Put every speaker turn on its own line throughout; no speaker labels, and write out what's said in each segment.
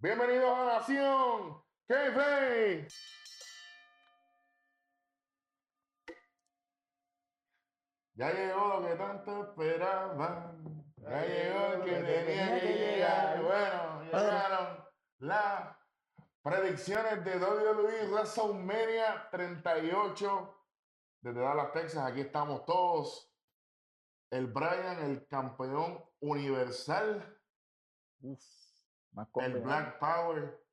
Bienvenidos a Nación Café. Ya llegó lo que tanto esperaban. Ya llegó el que tenía que llegar. Bueno, llegaron las predicciones de WWE WrestleMania 38 desde Dallas, Texas. Aquí estamos todos. El Brian, el campeón universal.
Uf, más
el
complicado.
Black Power,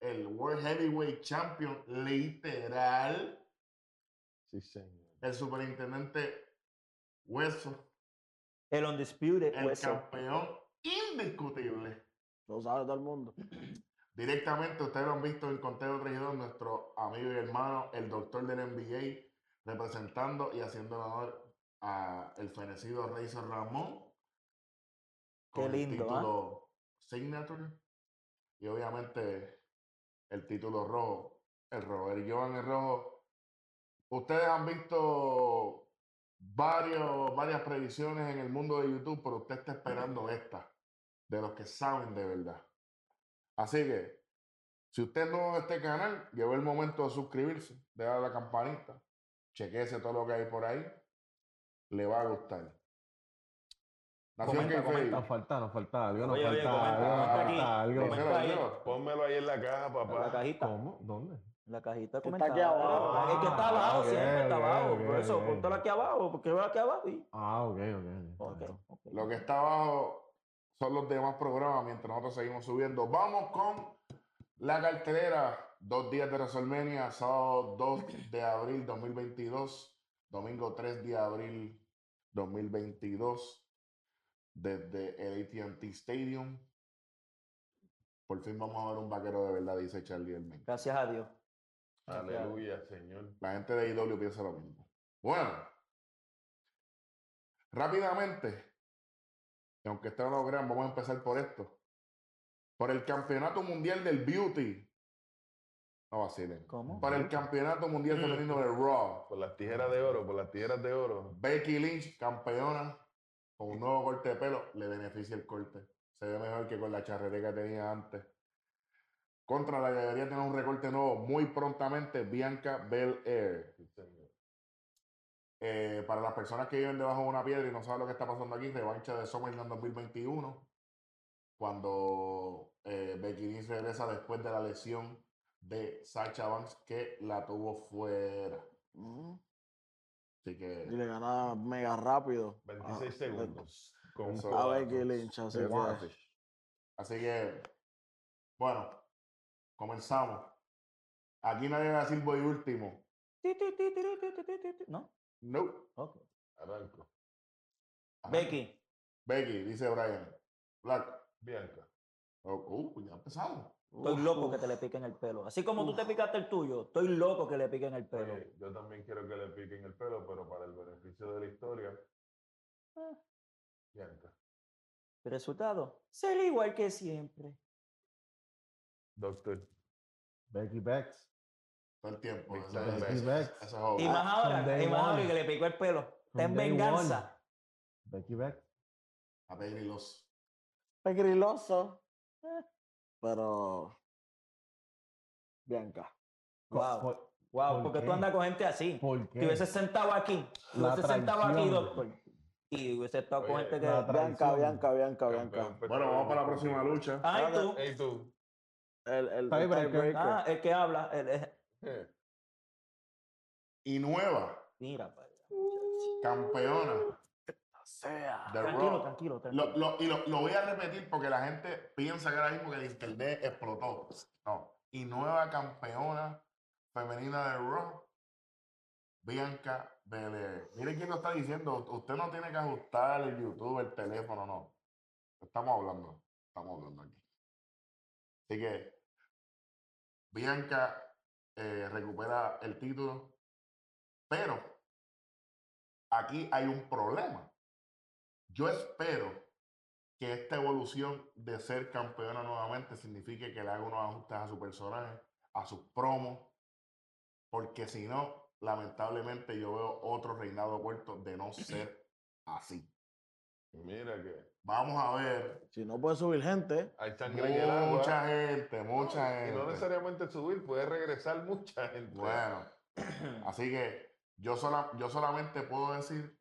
el World Heavyweight Champion, literal,
Sí, señor.
el superintendente Hueso,
El Undisputed pues,
el
Hueso.
campeón indiscutible.
Lo sabe todo el mundo.
Directamente ustedes lo han visto en Conteo 3 y 2, nuestro amigo y hermano, el doctor del NBA, representando y haciendo honor al fenecido Razor Ramón.
Qué lindo,
El
¿ah?
título Signature. Y obviamente el título rojo, el rojo, el Joan el rojo. Ustedes han visto varios, varias predicciones en el mundo de YouTube, pero usted está esperando esta, de los que saben de verdad. Así que, si usted es nuevo en este canal, llegó el momento de suscribirse, de darle a la campanita, chequeese todo lo que hay por ahí, le va a gustar. Nación
Comenta,
Gameplay.
Nos falta, nos falta algo, nos
Oye, oye,
falta
comenta,
algo, nos
comenta
falta
aquí.
algo.
Comenta.
Dímelo,
ahí.
dímelo. Pónmelo ahí en la caja,
La
papá.
cajita.
¿Cómo? ¿Dónde?
La cajita
Que
de
está aquí
comentarios.
abajo.
Es que está abajo,
Ah, ok,
siempre está
ok,
abajo. por
ok,
eso,
ok.
póntelo aquí abajo, porque veo aquí abajo y.
Ah, ok, ok.
Ok, ok.
Lo que está abajo son los demás programas mientras nosotros seguimos subiendo. Vamos con la cartelera. Dos días de WrestleMania, sábado 2 de abril 2022, domingo 3 de abril 2022, desde el ATT Stadium. Por fin vamos a ver un vaquero de verdad, dice Charlie Herman.
Gracias a Dios.
Aleluya, Señor.
La gente de IW piensa lo mismo. Bueno, rápidamente, y aunque este no lo crean, vamos a empezar por esto. Por el Campeonato Mundial del Beauty. No vacilen.
¿Cómo?
Por el Campeonato Mundial Femenino de Raw.
Por las tijeras de oro, por las tijeras de oro.
Becky Lynch, campeona, con un nuevo corte de pelo, le beneficia el corte. Se ve mejor que con la charrería que tenía antes. Contra la que debería tener un recorte nuevo muy prontamente, Bianca Belair.
Sí, señor.
Eh, para las personas que viven debajo de una piedra y no saben lo que está pasando aquí, revancha de SummerSlam 2021, cuando eh, Becky Lynch regresa después de la lesión de Sacha Banks que la tuvo fuera.
Ujú.
Así
Mm, Y
que
le ganaba mega rápido.
26
Ah,
segundos. Con un
eso-
A
codazo.
ver qué lincha. Así
eso es
que,
así. Así que, bueno, comenzamos. Aquí nadie va a decir voy último.
Ti, ti, ti, ti, ti, ti, ti, ti, ti. ¿No?
No.
Ok.
Arranco.
Ajá.
Becky.
Becky, dice Brian. Black.
Bianca.
Oh, uh, ya empezamos.
Estoy loco que te le piquen el pelo. Así como tú te picaste el tuyo, estoy loco que le piquen el pelo.
Oye, yo también quiero que le piquen el pelo, pero para el beneficio de la historia.
Ah.
Bianca.
El resultado será igual que siempre.
Doctor.
Becky Bex.
Todo el tiempo.
Big
Eso
time,
es-
Becky.
Becky
eso
Bex.
es obvio.
Y más
from
ahora,
day
y más ahora
one.
que le picó el pelo. Está en
From day one.
venganza.
Becky Bex.
A Bailey los.
pegriloso. eh, Pero. Bianca.
Wow.
¿Por,
Wow,
¿Por
porque tú
qué?
andas con gente así.
por
Te
qué?
hubieses sentado aquí. Te
La
hubieses sentado aquí,
traición.
doctor. Y hubiese estado con
Oye,
gente que.
la tra-
Bianca,
Traición.
Bianca, Bianca, Bianca.
Campeón
Pues,
petrolero.
Bueno, vamos para la próxima lucha.
Ay, tú.
Ey, tú.
El, el, el
Tiebreaker.
tiebreaker.
Ah, el que habla. el- el-
Eh,
Y nueva
Mira, pues, para allá,
campeona
sea.
de
Ah, Tranquilo,
Raw.
tranquilo, tranquilo.
Lo- lo- y lo, lo voy a repetir porque la gente piensa que ahora mismo que el internet explotó. No. Y nueva campeona femenina de Raw, Bianca Belair. Miren quién lo está diciendo. Usted no tiene que ajustar el YouTube, el teléfono, no. Estamos hablando. Estamos hablando aquí. Así que Bianca eh, recupera el título, pero aquí hay un problema. Yo espero que esta evolución de ser campeona nuevamente signifique que le haga unos ajustes a su personaje, a sus promos, porque si no, lamentablemente yo veo otro reinado corto de no ser así.
Mira que
Vamos a ver.
Si no puede subir gente,
Hay sangre en el agua. ¿eh?
Mucha gente, mucha
Y
gente.
no necesariamente subir, puede regresar mucha gente.
Bueno, así que yo, sola, yo solamente puedo decir,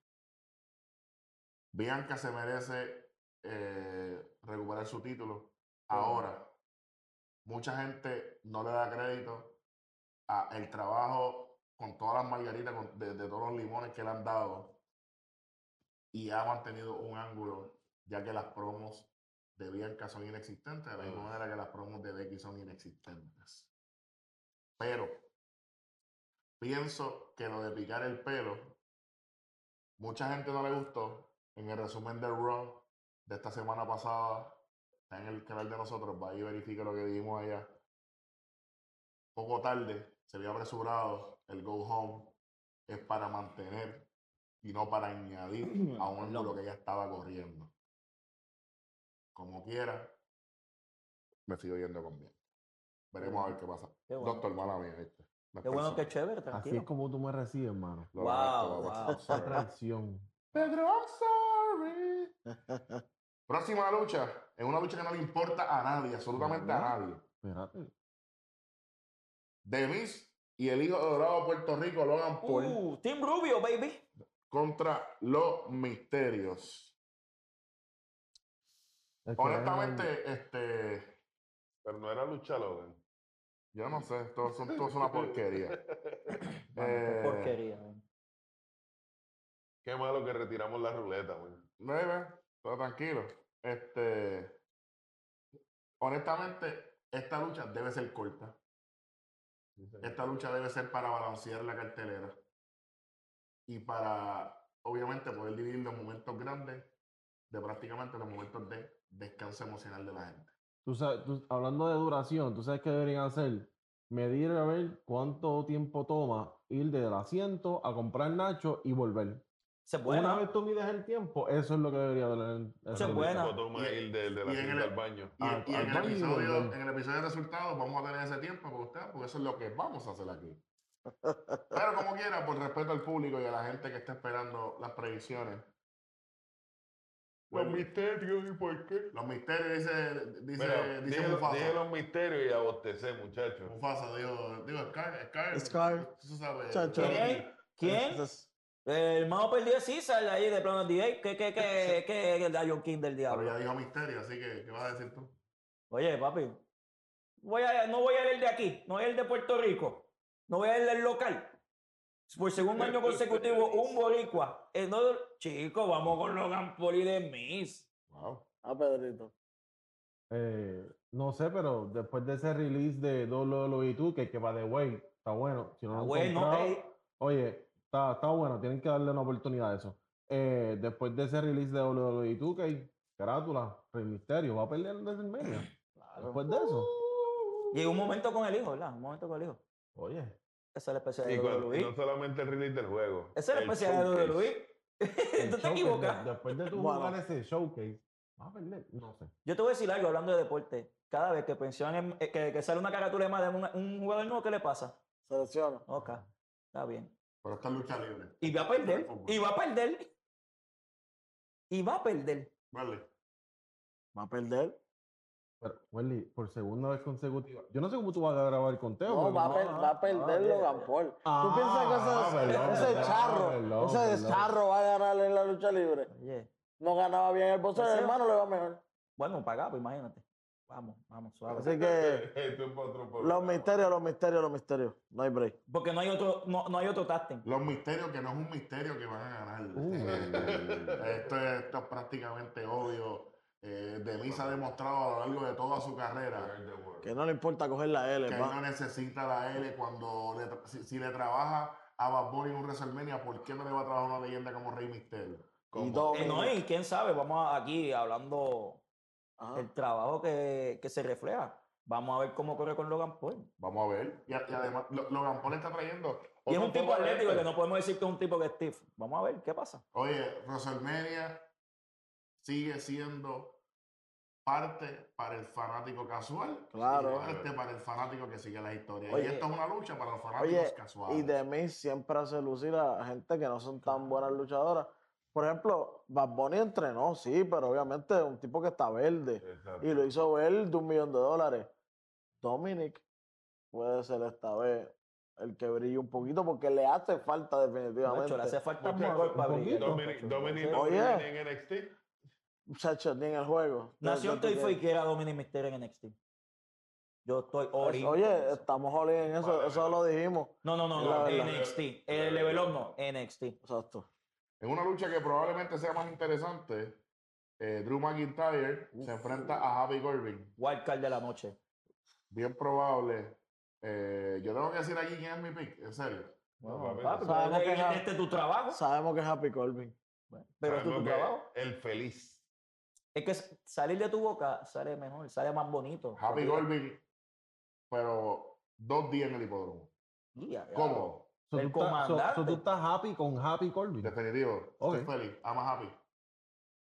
Bianca se merece eh, recuperar su título. Ahora, mucha gente no le da crédito a el trabajo con todas las margaritas, con- de, de todos los limones que le han dado. Y ha mantenido un ángulo, ya que las promos de Bianca son inexistentes, de la misma
Uf.
manera que las promos de Becky son inexistentes. Pero pienso que lo de picar el pelo, mucha gente no le gustó. En el resumen del Raw de esta semana pasada, está en el canal de nosotros, va y verifique lo que dijimos allá. Poco tarde, se había apresurado el go home, es para mantener y no para añadir a un ángulo que ya estaba corriendo. Como quiera, me sigo yendo con bien. Veremos a ver qué pasa.
Qué bueno.
Doctor, mala mía, ¿viste? No es
Qué
personal.
bueno, qué chévere,
Así es
tranquilo.
como tú me recibes, hermano.
Lo
Wow,
lamento, lo
wow,
lamento.
sí.
Esa traición.
Pedro, I'm sorry. Próxima lucha. Es una lucha que no le importa a nadie, absolutamente a
Ajá.
nadie.
Espérate.
The Miz y el hijo dorado de Puerto Rico, Logan Paul,
Uh, Team Rubio, baby.
contra los misterios.
Es que
Honestamente, este.
Pero no era lucha Logan.
Yo no sé, todos son, todos son una porquería. Eh,
Porquería. man.
Qué malo que retiramos la ruleta, güey.
Bebe, todo tranquilo. Este, honestamente, esta lucha debe ser corta. Esta lucha debe ser para balancear la cartelera. Y para, obviamente, poder dividir los momentos grandes de prácticamente los momentos de descanso emocional de la gente.
Tú sabes, tú- hablando de duración, tú sabes qué deberían hacer. Medir a ver cuánto tiempo toma ir del asiento a comprar Nacho y volver.
Se
Una
buena.
vez tú mides el tiempo, eso es lo que debería doler.
Esa es buena.
Foto más
Ah, Y-
ahí del de la
y en
cinta
el-
al baño.
Y, en-
Al-
y en,
al
el
baño y
episodio,
volver.
en el episodio de resultados vamos a tener ese tiempo con ustedes, porque eso es lo que vamos a hacer aquí. Pero como quiera, por respeto al público y a la gente que está esperando las predicciones,
Los misterios y por qué.
Los misterios, dice, dice,
Mira,
dice
dije,
Mufasa.
dije los misterios y abostecé, muchachos.
Mufasa, digo, digo, Scar, Scar.
Scar.
Tú sabes.
Chacho.
Scar.
¿Quién? ¿Quién?
entonces,
El hermano perdido es César ahí de plano DA. ¿Qué, qué, qué, qué es el Lion King del
Pero
diablo?
ya dijo misterio, así que, ¿qué vas a decir tú?
Oye, papi, voy a, no voy a ir el de aquí, no voy a ir el de Puerto Rico, no voy a ir el local. Por segundo año consecutivo, un boricua. Eh, no, Chicos, vamos con Logan Paul y de Miss.
Wow.
a ah, Pedrito.
Eh, no sé, pero después de ese release de WWE 2, que, que va de way, está bueno. Si no lo han
Bueno,
comprado,
eh,
Oye, está, está bueno, tienen que darle una oportunidad a eso. Eh, después de ese release de WWE 2K, carátula, Rey Misterio, va a perder en WrestleMania. Después de eso,
llegó un momento con el hijo, ¿verdad? Un momento con el hijo.
Uh.
oye,
Esa es la especial
Y
de
cuando-
WWE.
no solamente el release del juego.
Esa es la
el
especial de
showcase.
WWE.
el showcase,
Tú te
de-
equivocas.
después de tu
Bueno.
jugar ese showcase, va a perder, no sé.
Yo te voy a decir algo hablando de deporte. Cada vez que pensionen, eh, que, que sale una carátula de más de un, un jugador nuevo, ¿qué le pasa?
Selecciona.
Ok, está bien.
Pero esta es lucha libre.
Y va a perder. Y va a perder. Y va a perder.
Vale.
Va a perder.
Pero, Welly, por segunda vez consecutiva, yo no sé cómo tú vas a grabar el conteo.
No,
porque
va a,
no-
per-
no,
va a perder
no, ya,
Logan
ya.
Paul.
Ah,
¿Tú piensas que
ah,
ese,
perdón,
ese
perdón,
charro,
perdón,
ese
perdón.
charro va a ganar en la lucha libre?
Oye,
No ganaba bien el boxeo, el
Boxeo.
hermano le va mejor.
bueno, pagado, imagínate. Vamos, vamos, suave.
Así que
Esto es pa' otro programa.
los misterios, los misterios, los misterios. No hay break.
Porque no hay otro, no, no hay otro tasting.
Los misterios que no es un misterio que van a ganar.
Uh.
esto, es, esto es prácticamente obvio. Eh, Demis ha demostrado a lo largo de toda su carrera
Que no le importa coger la L,
que él
pa.
no necesita la L cuando le tra- si, si le trabaja a Bad Bunny en un WrestleMania, ¿por qué no le va a trabajar una leyenda como Rey Misterio?
Y
Como-
dos.
Eh, no, y quién sabe, vamos a- aquí hablando
Ajá.
del trabajo que, que se refleja. Vamos a ver cómo corre con Logan Paul.
Vamos a ver. Y, a- y además, lo- Logan Paul está trayendo.
Y es
otro
un tipo
poco de gente.
atlético que Pues no podemos decir que es un tipo que es Steve. Vamos a ver qué pasa.
Oye, WrestleMania sigue siendo parte para el fanático casual.
Claro.
Y parte para el fanático que sigue la historia. y
Oye.
esto es una lucha para los fanáticos
Oye,
casuales.
Y de mí siempre hace lucir a gente que no son tan buenas luchadoras. Por ejemplo, Bad Bunny entrenó, sí, pero obviamente es un tipo que está verde.
Exacto.
Y lo hizo ver de un millón de dólares. Dominic puede ser esta vez el que brille un poquito porque le hace falta definitivamente.
Nacho, le hace falta
Porque-
mejor para
un
brillar.
poquito.
Dominic, Dominic no
Oye.
viene en NXT.
Muchachos, ni en el juego.
Nación
Desde
estoy
que-
fue que era Dominic Mysterio en NXT. Yo estoy all in con
Oye,
eso.
estamos all in en eso,
Vale,
eso
vale.
lo dijimos.
No, no, no,
la-
no,
la- E
NXT. El level up no, NXT.
Exacto.
En una lucha que probablemente sea más interesante, eh, Drew McIntyre se enfrenta a Javi Corbin.
Wildcard de la noche.
Bien probable. Eh, yo tengo que decir aquí quién es mi pick, en serio.
No,
Bueno,
papi,
papi,
no
sabemos
pero
que ja-
este es tu trabajo.
Sabemos que es Happy Corbin.
Pero este es tu
Sabemos que
trabajo.
El feliz.
Es que s- salir de tu boca sale mejor, sale más bonito.
Javi Corbin, pero dos días en el hipódromo.
Guía, ya.
¿Cómo?
So,
El
tú estás- so- so,
comandante.
tú estás happy con Happy Corbin.
Definitivo.
Ok.
Estoy feliz. I'm a happy.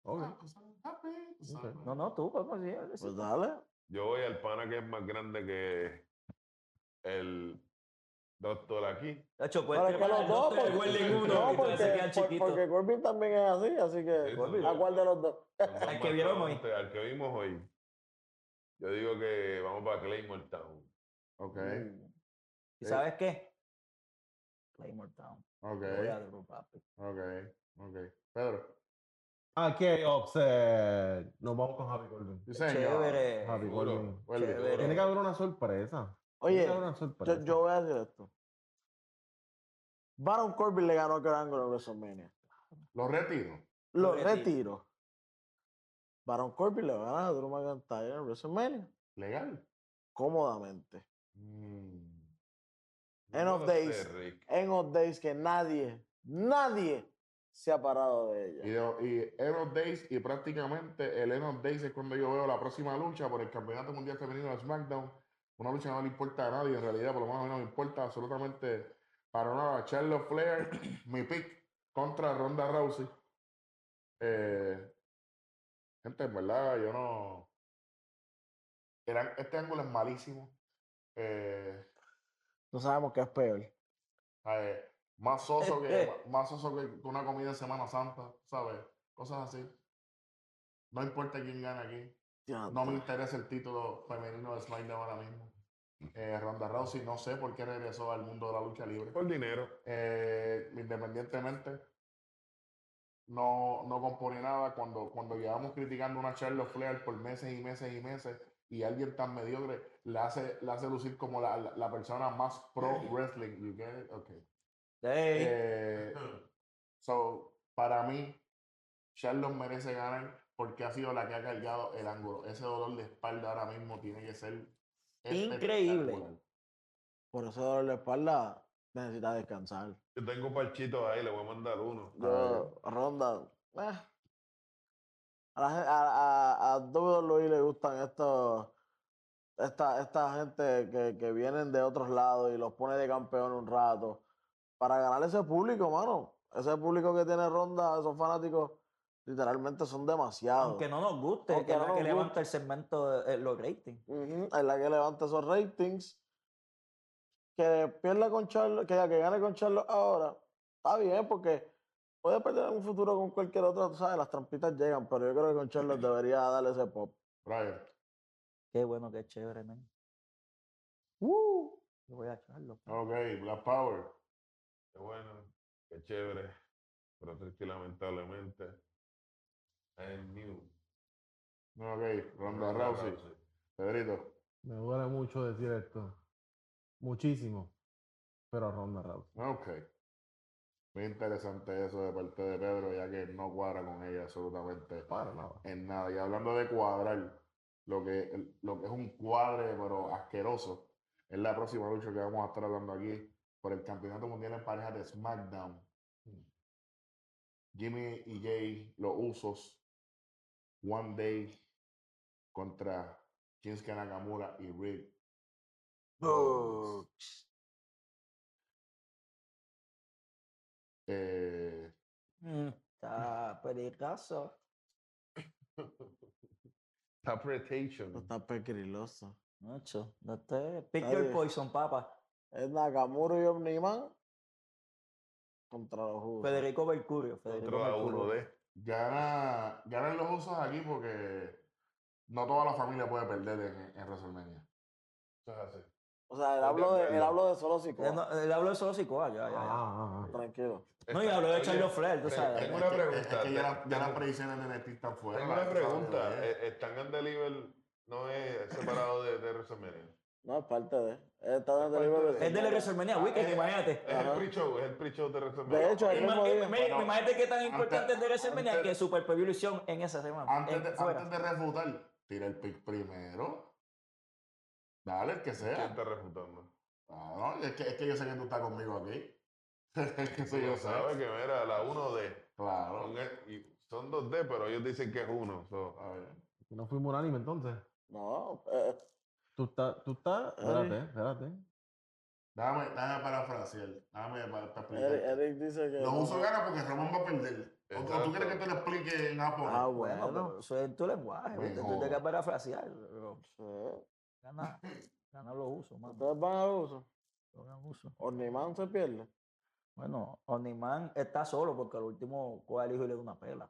Ok.
Ah, pues, I'm happy. Pues,
Ok.
I'm
No, no, tú, papá, sí, sí.
Pues dale.
Yo voy al pana que es más grande que el doctor aquí.
Nacho, puedes
Pero es que
trepar
los
al
dos,
doctor,
porque,
igual de
no,
uno, y todavía se
porque,
quedan
por-
chiquitos.
porque Corbin también es así, así que
Eso
¿a
no.
cuál de los dos?
Son dos
Al que vieron hoy.
mastodontes, Al que vimos hoy. Yo digo que vamos para Claymore Town.
Ok,
¿Y
Eh.
sabes qué? Claymore Town.
ok,
Voy a Drew, papi.
ok, ok. Pedro,
Ah, qué upset. Nos vamos con Happy Corbin.
sí, señor.
Chévere.
Happy
seguro.
Corbin.
Vuelve.
Chévere.
Tiene que haber una sorpresa. Tiene
Oye,
que haber una
yo,
sorpresa.
yo voy a decir esto. Baron Corbin le ganó a Kurt Angle en WrestleMania.
Los retiro.
Lo
Lo retiro.
retiro. Baron Corbin le va a ganar a Drew McIntyre en WrestleMania.
Legal.
Cómodamente.
Mm.
End of
No sé,
days.
Rick.
En of days que nadie, nadie se ha parado de
Y,
ella.
de, y End of Days, y prácticamente el End of Days es cuando yo veo la próxima lucha por el Campeonato Mundial Femenino de SmackDown. Una lucha que no le importa a nadie, en realidad, por lo menos a mí no me importa absolutamente para nada. Charlotte Flair, mi pick contra Ronda Rousey. Eh, gente, en verdad, yo no. el ang- este ángulo es malísimo. Eh,
No sabemos qué es peor.
¿sabes? eh, Más soso que más soso que una comida en Semana Santa, ¿sabes? Cosas así. No importa quién gana aquí.
Ah,
No
pues.
me interesa el título femenino de SmackDown ahora mismo. Eh, Ronda Rousey, no sé por qué regresó al mundo de la lucha libre.
Por dinero.
Eh, independientemente, no, no compone nada cuando, cuando llevamos criticando una Charlotte Flair por meses y meses y meses y alguien tan mediocre la hace, la hace lucir como la, la, la persona más pro wrestling. You get it? Okay.
Ey.
Eh, so, para mí, Charlotte merece ganar porque ha sido la que ha cargado el ángulo. Ese dolor de espalda ahora mismo tiene que ser
Increíble.
espectacular.
Por ese dolor de espalda necesita descansar.
Yo tengo parchitos ahí, le voy a mandar uno.
Yo, Ronda. eh. A, la gen- a, a, a WWE le gustan estos. Esta, esta gente que, que vienen de otros lados y los pone de campeón un rato. Para ganar ese público, mano. Ese público que tiene Ronda, esos fanáticos, literalmente son demasiados.
Aunque no nos guste,
Aunque
que es
no
la que
nos guste.
levanta el segmento, de- eh, los ratings.
Ujú, Es la que levanta esos ratings. Que pierda con Charlo, que la que gane con Charlo ahora, está bien, porque puede perder en un futuro con cualquier otra, tú sabes, las trampitas llegan, pero yo creo que con Charlo debería darle ese pop.
Brian,
Qué bueno, qué chévere, men.
¡Uh!
Yo voy a echarlo.
ok, Black Power.
Qué bueno, qué chévere. Pero triste y lamentablemente. Es new.
Ok, Ronda Rousey. Pedrito.
Me duele mucho decir esto. Muchísimo. Pero Ronda Rousey.
Ok. Muy interesante eso de parte de Pedro, ya que no cuadra con ella absolutamente
Para nada.
en nada. Y hablando de cuadrar, lo que, lo que es un cuadre, pero asqueroso, es la próxima lucha que vamos a estar hablando aquí por el Campeonato Mundial en Pareja de SmackDown. Jimmy y Jay, los usos, One Day contra Shinsuke Nakamura y Rick. Bones. Eh,
Mm, Está peligroso.
No
Interpretation.
está peligroso.
Nacho, no te... Pick your
bien.
poison, papá.
Es Nakamura y Omniman. contra los usos.
Federico Mercurio. Federico
Contra
Mercurio.
uno de.
Gana, ganan los usos aquí porque no toda la familia puede perder en, en WrestleMania.
O sea, él
Estoy de
habló de, él
acuerdo.
habló de solo
Él,
psicosis.
no- él habló de solo psicoa, ya, ya, ya.
Ah, ah, ah.
Tranquilo.
No, y habló de
Oye,
Charles Flair, tú
te-
sabes.
Tengo
Es
una
que-
pregunta.
Es que ya, la- ya las
tengo-
predicciones de NXT están fuera.
Tengo una
¿sabes?
pregunta.
Eh,
eh, ¿Stand and Deliver no es separado de, de WrestleMania?
No, es parte de. Él está
Es
dando el libro
parte
de
Es de la WrestleMania Weekend,
Eh,
imagínate.
Es el
Ajá.
pre-show, es el pre-show de WrestleMania.
De hecho, el
Ima-
mismo
eh,
día.
mira,
Bueno,
imagínate qué tan
antes-
importante es de WrestleMania
antes-
que Super Pevilion en esa semana.
Antes de,
Eh, fuera.
antes de refutar, tira el pick primero. Dale, el que
¿quién
sea.
está refutando?
Ah, no, es, que, es que yo sé que tú estás conmigo aquí. es que eso
Tú
yo
lo sabes
sé.
que mira, la 1D.
Claro.
Son, y son 2D, pero ellos dicen que es 1.
A ver.
No fuimos unánime entonces.
No, eh,
Tú estás, tú estás, espérate, espérate.
Déjame, déjame parafrasear. Déjame para, para explicar.
eh, Eric, Eric dice que.
Los
no.
usos ganan porque Roman va a perder. O- O, tú
Exacto.
quieres que te lo explique en japonés.
Ah,
Bueno,
bueno.
pero eso es tu lenguaje,
Me
¿viste? Tú te
joda.
que parafrasear. pero
sí.
Gana, gana los usos, mano.
Ustedes van a uso.
Gana los usos.
Ornimán se pierde.
Bueno, Onimán está solo porque al último coge al hijo y le da una pela.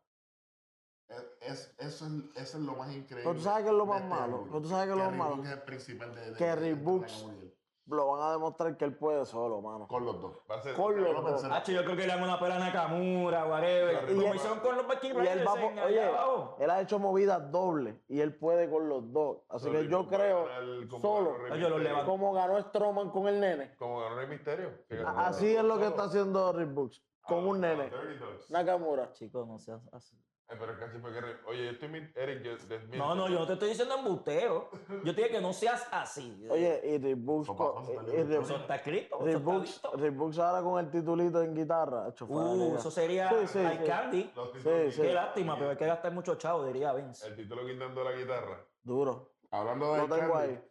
Es- Eh, es- eso, es, eso es lo más increíble.
Pero tú sabes que es lo
de
más
este
malo.
rubro,
Pero tú sabes que es lo más
Rick Books
malo.
es el principal de. de-
Que
de-
Rick
de-
Books-
de-
Lo van a demostrar que él puede solo, mano.
Con los dos.
Va a ser.
Con los
Yo
dos.
pensé-
Hacho, yo creo que le dan una pela a Nakamura, whatever.
Y
Como
él-
hicieron con los Becky
y él va
Raiders
por-
en
oye,
allá abajo.
Él ha hecho movidas dobles y él puede con los dos. Así
Solo
que yo
Rico va a
creo,
ganar el- como
solo.
ganó Rey
Oye, lo
Mysterio.
levanto.
como ganó Stroman con el nene.
Como ganó el misterio. que ganó
Ah,
A- Así es lo que
solo.
está haciendo Rick Books. Con
A-
un
a
nene.
Dirty Dogs.
Nakamura.
Chicos, no seas así.
Eh, pero casi fue que Rey- Oye, yo estoy. min- Eric, yo desmiento.
No, no, yo no te estoy diciendo embustero. Yo te digo que no seas así.
Oye, y Rick Books.
Eso
co-
pasó,
y-
salió
y
el
Rick-
eso está escrito.
Rick
Eso está
Books-
listo.
Rick Books ahora con el titulito en guitarra. hecho fuera de
Uh,
liga.
eso sería
Sí, sí,
like
sí.
candy.
Los
Sí,
títulos
sí.
Qué
quitando-
lástima, pero hay que gastar mucho chavo, diría Vince.
El título quitando la guitarra.
Duro.
Hablando de.
Lo tengo
Candy,
ahí.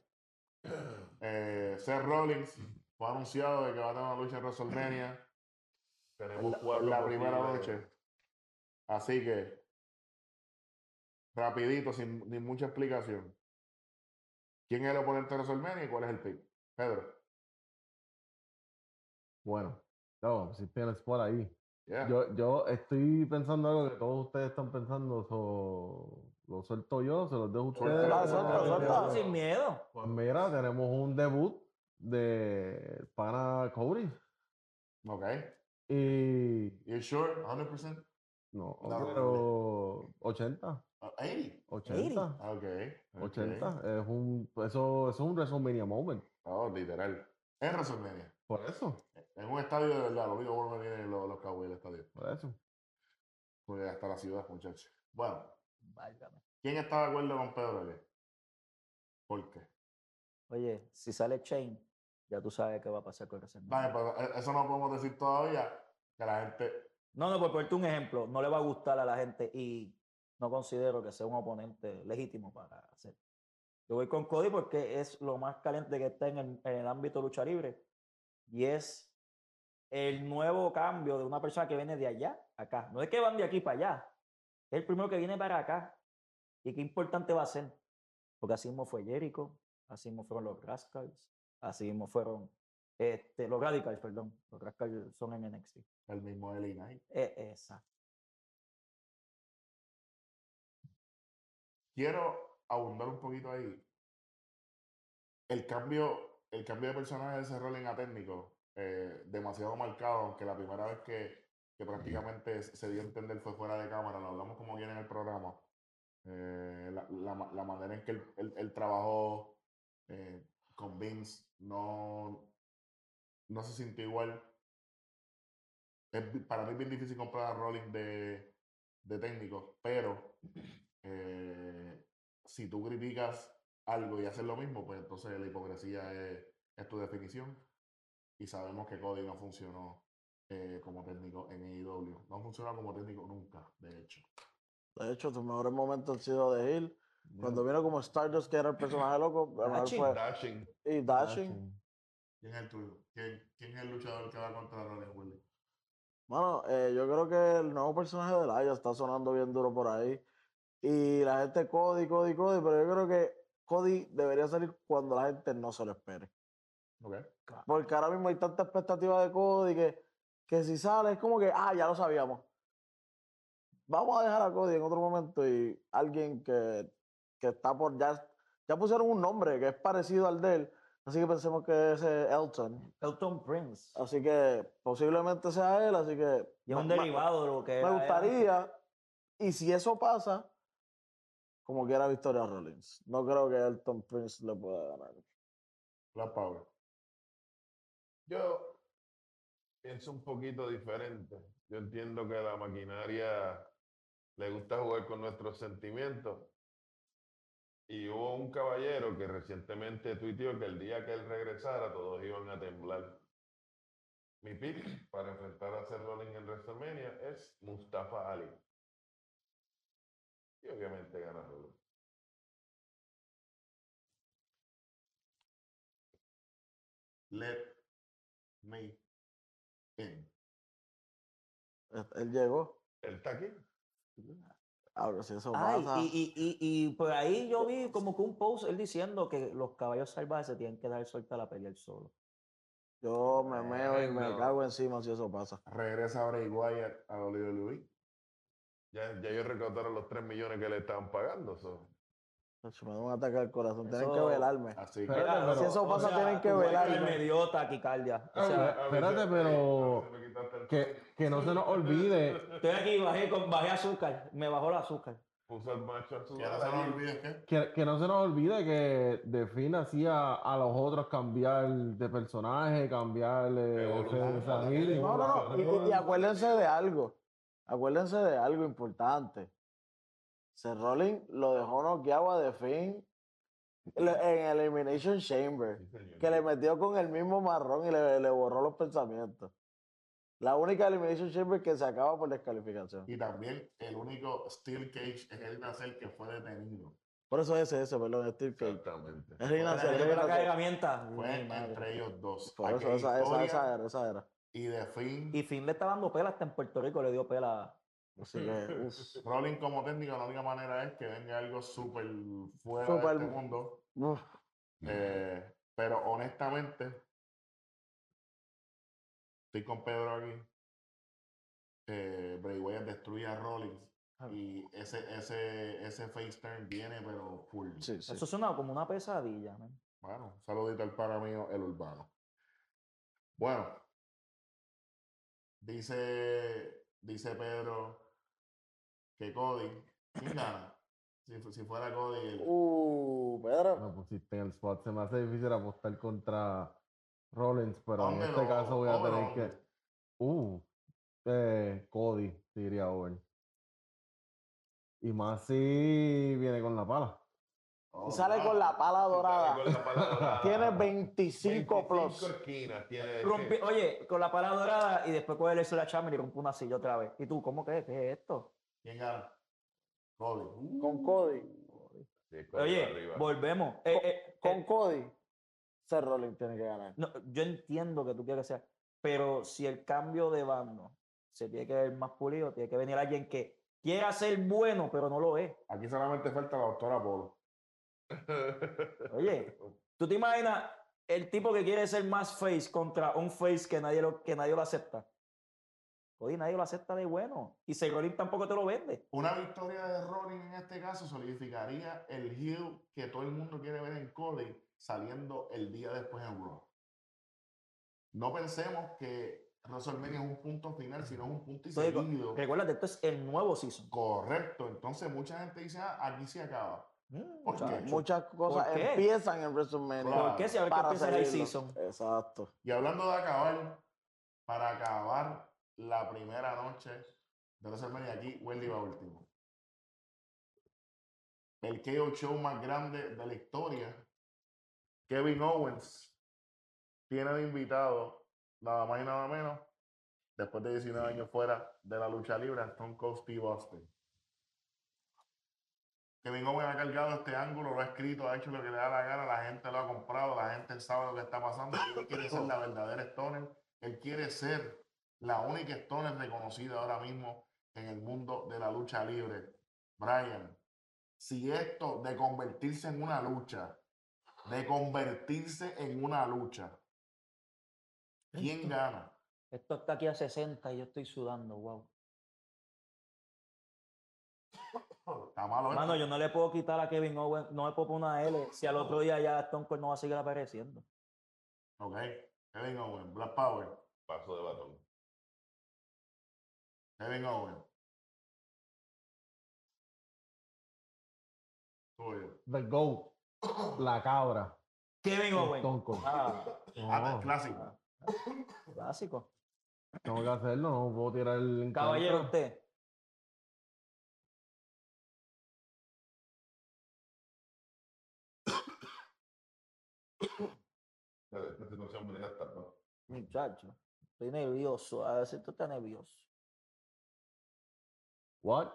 Eh, Seth Rollins fue anunciado de que va a tener una lucha en WrestleMania
Tenemos cuatro.
en la primera
posibles.
noche. Así que, rapidito, sin, sin mucha explicación. ¿Quién es el oponente de WrestleMania y cuál es el pick? Pedro.
Bueno, no, si tienes por ahí.
Yeah.
Yo, yo estoy pensando algo que todos ustedes están pensando, so, lo suelto yo, se los dejo a
Suéltalo,
ustedes.
Ah, suelta,
eh,
suelta.
Sin miedo.
Pues mira, tenemos un debut de para Cody
Ok.
y
You sure? 100%?
no,
No, no,
pero 80,
Ah, Hey.
80,
Ok. ok.
80, es un eso, eso es un WrestleMania moment,
Oh, literal. En WrestleMania.
por eso,
En un estadio de verdad. Lo único bueno que tienen los, los Cowboys del estadio.
por eso.
Porque hasta la ciudad, muchachos. Bueno,
Válgame.
¿quién está de acuerdo con Pedro aquí? ¿Por qué?
Oye, si sale Chain, ya tú sabes qué va a pasar con
Dale,
WrestleMania.
pero e- eso no podemos decir todavía. Que la gente.
No, no, por ponerte un ejemplo, no le va a gustar a la gente y no considero que sea un oponente legítimo para hacer. Yo voy con Cody porque es lo más caliente que está en el, en el ámbito de lucha libre y es el nuevo cambio de una persona que viene de allá a acá. No es que van de aquí para allá, es el primero que viene para acá y qué importante va a ser. Porque así mismo fue Jericho, así mismo fueron los Rascals, así mismo fueron este, los Radicals, perdón. Los Rascals son en NXT.
El mismo Eli Knight.
Eh, Exacto.
Quiero abundar un poquito ahí. El cambio, el cambio de personaje de ese rol en técnico, eh, demasiado marcado, aunque la primera vez que, que prácticamente se- se dio a entender fue fuera de cámara, lo hablamos como bien en el programa. Eh, la, la ma- la manera en que él, él- él trabajó eh, con Vince no, no se sintió igual. Es bi- para mí es bien difícil comprar a Rollins de, de técnico, pero eh, si tú criticas algo y haces lo mismo, pues entonces la hipocresía es, es tu definición. Y sabemos que Cody no funcionó eh, como técnico en AEW. No funcionó como técnico nunca, de hecho.
De hecho, sus mejores momentos han sido de Hill. Cuando vino como Stardust, que era el personaje loco, a lo mejor
Dashing.
fue-
Dashing.
y Dashing.
¿Quién es el tuyo? ¿Quién, quién es el luchador que va contra Rollins, Willy?
Bueno, eh, yo creo que el nuevo personaje de Laia está sonando bien duro por ahí. Y la gente Cody, Cody, Cody, pero yo creo que Cody debería salir cuando la gente no se lo espere.
Ok.
Porque ahora mismo hay tanta expectativa de Cody que que si sale es como que, ah, ya lo sabíamos. Vamos a dejar a Cody en otro momento y alguien que, que está por, ya, ya pusieron un nombre que es parecido al de él, así que pensemos que es eh, Elton.
Elton Prince.
Así que posiblemente sea él, así que
Y es un
ma- ma-
derivado de lo que
me
era antes.
gustaría, y si eso pasa, como quiera Victoria Rollins. No creo que Elton Prince le pueda ganar.
La Paula.
Yo pienso un poquito diferente. Yo entiendo que la maquinaria le gusta jugar con nuestros sentimientos. Y hubo un caballero que recientemente tuiteó que el día que él regresara todos iban a temblar. Mi pick para enfrentar a Seth Rollins en WrestleMania es Mustafa Ali. Y obviamente gana Rollins.
Let me in.
Él- Él llegó.
Él está aquí.
Ahora, si eso
Ay,
pasa.
y, y, y, y por ahí yo vi como que un post él diciendo que los caballos salvajes se tienen que dar suelta a la pelea solo.
Yo me meo y me
Bueno.
cago encima si eso pasa.
Regresa ahora igual a E, WWE.
Ya, ya ellos recaudaron los 3 millones que le estaban pagando. so.
Ach, Me da un ataque al corazón. Tienen que
Eso-
velarme.
Así que.
Pero-
si eso pasa, tienen que velarme.
Me dio taquicardia. O sea,
A veces-
espérate,
a
pero
veces me quitaste el
Que, que no se nos olvide
estoy aquí y bajé, con- bajé azúcar. Me bajó el azúcar.
Puso al macho a
Y ahora se
sudar
nos
allí.
olvide que.
Que, que no se nos olvide que Define hacía a los otros cambiar de personaje, eh, cambiarle
Evolucionar,
sensación.
No, no, no. Y, y- y acuérdense de algo. Acuérdense de algo importante. Seth Rollins lo dejó noqueado a The Finn le- en Elimination Chamber.
Sí, señor.
Que le metió con el mismo marrón y le, le borró los pensamientos. La única Elimination Chamber que se acaba por descalificación.
Y también el único Steel Cage es el Nacer que fue detenido.
Por eso es ese, perdón, Steve Cage.
Exactamente.
Es Rey
Espérate,
Nacer,
yo
Rey
creo que hay
Nacer.
herramienta.
Fue
Mi madre.
entre ellos dos.
Por
Aquí
eso,
hay
esa, esa,
historia
esa era, esa era.
Y de fin,
Y Finn le está dando pela hasta en Puerto Rico, le dio pela.
Así que, uf,
Rolling como técnico, la única manera es que venga algo súper fuera
Súper-
de este mundo.
uf.
Eh, pero honestamente, estoy con Pedro aquí. Eh, Bray Wyatt destruye a Rollins
Ah.
y ese, ese, ese face turn viene, pero full.
Sí, sí.
Eso suena como una pesadilla. man.
Bueno, un saludito al para mío, el urbano. Bueno, dice, dice Pedro que Cody, ¿quién gana? Si, fu- si fuera Cody, el-
Uh, Pedro.
Me pusiste pues en el spot. Se me hace difícil apostar contra Rollins, pero en
Hombre,
este
no,
caso voy a
hombre,
tener
hombre.
que. Uh, eh, Cody, diría Owen. Y más si viene con la pala.
Oh,
Y sale con la pala dorada.
Con la pala dorada.
Tiene 25
25
plus.
esquinas. Tiene
Rompe- oye, con la pala dorada y después coge el eso de la chamber y rompe una silla otra vez. ¿Y tú, cómo que? ¿Qué es esto?
¿quién gana? Cody. Uh,
Con Cody.
Sí, con
Oye,
arriba.
volvemos. Eh, eh,
Con
eh,
Cody. Seth Rollins tiene que ganar.
no, yo entiendo que tú quieres que sea, pero si el cambio de bando se tiene que ver más pulido, tiene que venir alguien que quiera ser bueno, pero no lo es.
Aquí solamente falta la doctora Polo.
Oye, ¿tú te imaginas el tipo que quiere ser más face contra un face que nadie lo, que nadie lo acepta? Oye, nadie lo acepta de bueno. Y Segolín tampoco te lo vende.
Una victoria de Rollins en este caso solidificaría el heel que todo el mundo quiere ver en Cody saliendo el día después en Raw. No pensemos que WrestleMania es un punto final, sino es un punto y
Estoy co-
seguido.
Recuérdate, esto es el nuevo season.
Correcto. Entonces mucha gente dice, ah, aquí se acaba.
Mm,
¿Por qué?
muchacho.
Muchas cosas
qué?
empiezan en WrestleMania.
Claro.
¿Por qué si ahora que
para
empieza el high
seguirlo.
season?
Exacto.
Y hablando de acabar, para acabar la primera noche de WrestleMania aquí, Wendy va último. El KO Show más grande de la historia, Kevin Owens, tiene de invitado nada más y nada menos, después de 19 años fuera de la lucha libre, a Stone Cold Steve Austin. Kevin Owens ha cargado este ángulo, lo ha escrito, ha hecho lo que le da la gana, la gente lo ha comprado, la gente sabe lo que está pasando. y Él quiere ser la verdadera Stoner, él quiere ser la única Stoner reconocida ahora mismo en el mundo de la lucha libre. Brian, si esto de convertirse en una lucha, de convertirse en una lucha, ¿quién gana?
Esto está aquí a 60 y yo estoy sudando, wow.
Está malo esto.
Mano, yo no le puedo quitar a Kevin Owens, no le puedo poner una L si al otro día ya Stone Cold no va a seguir apareciendo.
Ok. Kevin Owen, Black Power.
Paso de batón.
Kevin Owen. Tuyo.
The GOAT. La cabra.
Kevin Owens.
Stone Cold.
Ah,
Ah,
No,
clásico.
clásico.
tengo que hacerlo, no puedo tirar el encuentro.
Caballero, usted.
Esta situación me deja hasta ¿no?
Muchacho, estoy nervioso. A veces tú estás nervioso.
What?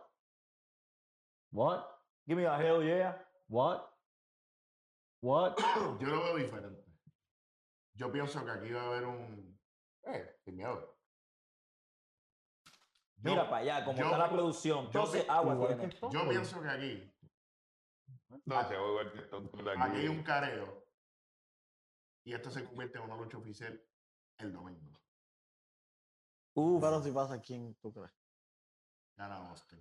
What?
Give me a hell yeah.
What? What?
Yo lo veo diferente. Yo pienso que aquí va a haber un. Eh, sin miedo. Yo-
Mira para allá, como
yo-
está la producción. Entonces, agua
Igual
tiene.
que Stone
Yo
Cold.
pienso que aquí,
No, se va igual que Stone Cold
aquí hay
aquí.
un careo. Y esto se convierte en una lucha oficial el domingo.
Uf,
Pero si pasa, ¿quién tú crees?
Gana Austin.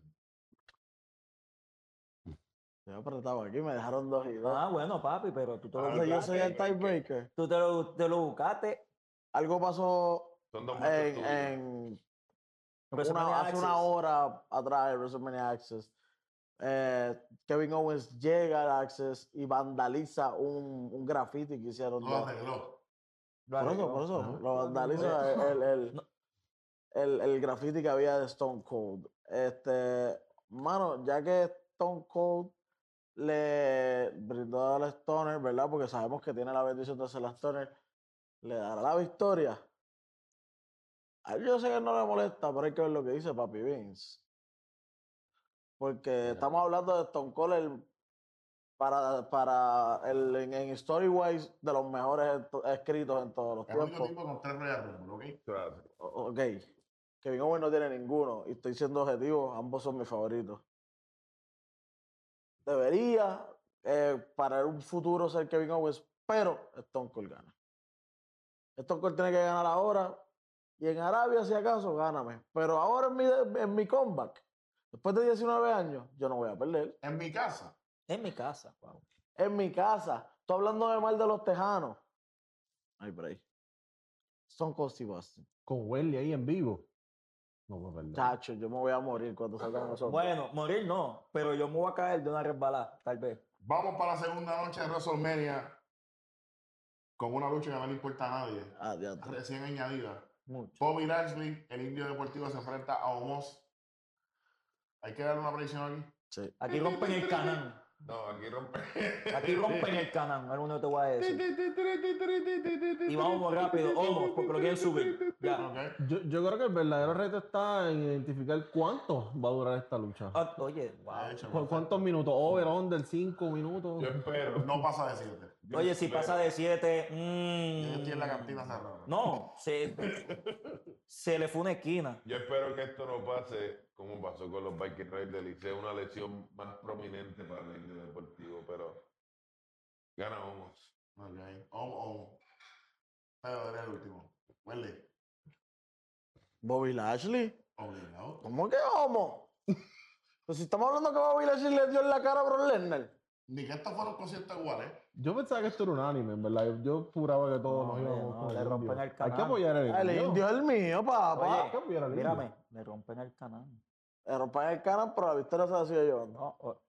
Yo apretaba aquí, me dejaron dos y dos.
ah, bueno, papi, pero tú te lo,
Entonces yo
buscaste,
soy el tiebreaker.
tú te lo, te lo buscaste.
Algo pasó
Son dos muertos
en,
tuyos.
en
WrestleMania
una- hace una
Access.
hora atrás de WrestleMania Access. eh, Kevin Owens llega al Access y vandaliza un, un graffiti que hicieron.
Lo
dos.
arregló.
Lo
Por eso,
arregló.
por eso.
Ajá.
Lo vandaliza el, el, el,
No.
el- el graffiti que había de Stone Cold. Este, mano, ya que Stone Cold le brindó al Stoner, ¿verdad? Porque sabemos que tiene la bendición de ser la Stoner, le dará la victoria. A él Yo sé que no le molesta, pero hay que ver lo que dice Papi Vince. Porque estamos hablando de Stone Cold, el, para, para el, en, en Storywise, de los mejores esto- escritos en todos los
El único
tiempos.
tipo con tres Royal Rumble, ¿ok?
Clásico.
O- Ok. Kevin Owens no tiene ninguno. Y estoy siendo objetivo, ambos son mis favoritos. Debería eh, para un futuro ser Kevin Owens, pero Stone Cold gana. Stone Cold tiene que ganar ahora. Y en Arabia, si acaso, gáname. Pero ahora en mi, de- en mi comeback, después de 19 años, yo no voy a perder.
En mi casa.
En mi casa, wow.
En mi casa, tú hablando de mal de los tejanos. Ay, por ahí. Stone Cold Steve Austin.
Con Welly ahí en vivo. No pues, puedo perder.
Chacho, yo me voy a morir cuando salgan esos.
Bueno, morir no, pero yo me voy a caer de una resbalada, tal vez.
Vamos para la segunda noche de WrestleMania con una lucha que no le importa a nadie.
Ah, diantre.
Recién añadida.
Mucho.
Bobby Lashley, el indio deportivo, se enfrenta a Omos. Hay que darle una predicción aquí.
Sí.
Aquí rompen el canal.
No, aquí rompe.
Aquí rompen el canal. Ahora uno te voy a decir. Y vamos rápido. Omos, porque lo quieren subir. Ya.
Ok.
Yo, yo creo que el verdadero reto está en identificar cuánto va a durar esta lucha.
Ah, Oye, wow.
De hecho,
¿Cu- ¿Cuántos minutos? Over, under, cinco minutos.
Yo espero.
No pasa de siete.
yo
Oye, si
espero.
pasa de 7.
Yo estoy en la cantina cerrada.
Mm. No, se, se le fue una esquina.
Yo espero que esto no pase como pasó con los Viking Raiders del Liceo, una lesión más prominente para el Indio deportivo, pero ganamos.
Ok. Omos, Omos. Pero eres el último. Huele.
Bobby Lashley.
Obligado.
¿Cómo que homo? pues si estamos hablando que Bobby Lashley le dio en la cara a Brock Lesnar.
Ni que estos fueron conciertos iguales.
Yo pensaba que esto era unánime, en verdad. Yo, yo juraba que todos
No,
nos
hombre,
íbamos
no,
con
le
el
rompen
indio.
el
Hay que
canal.
apoyar al
El
indio.
indio es el mío, papá.
Hay que apoyar al indio.
Mírame, le rompen el canal.
Le rompan el cara, pero la victoria se la sigue llevando.
Oh,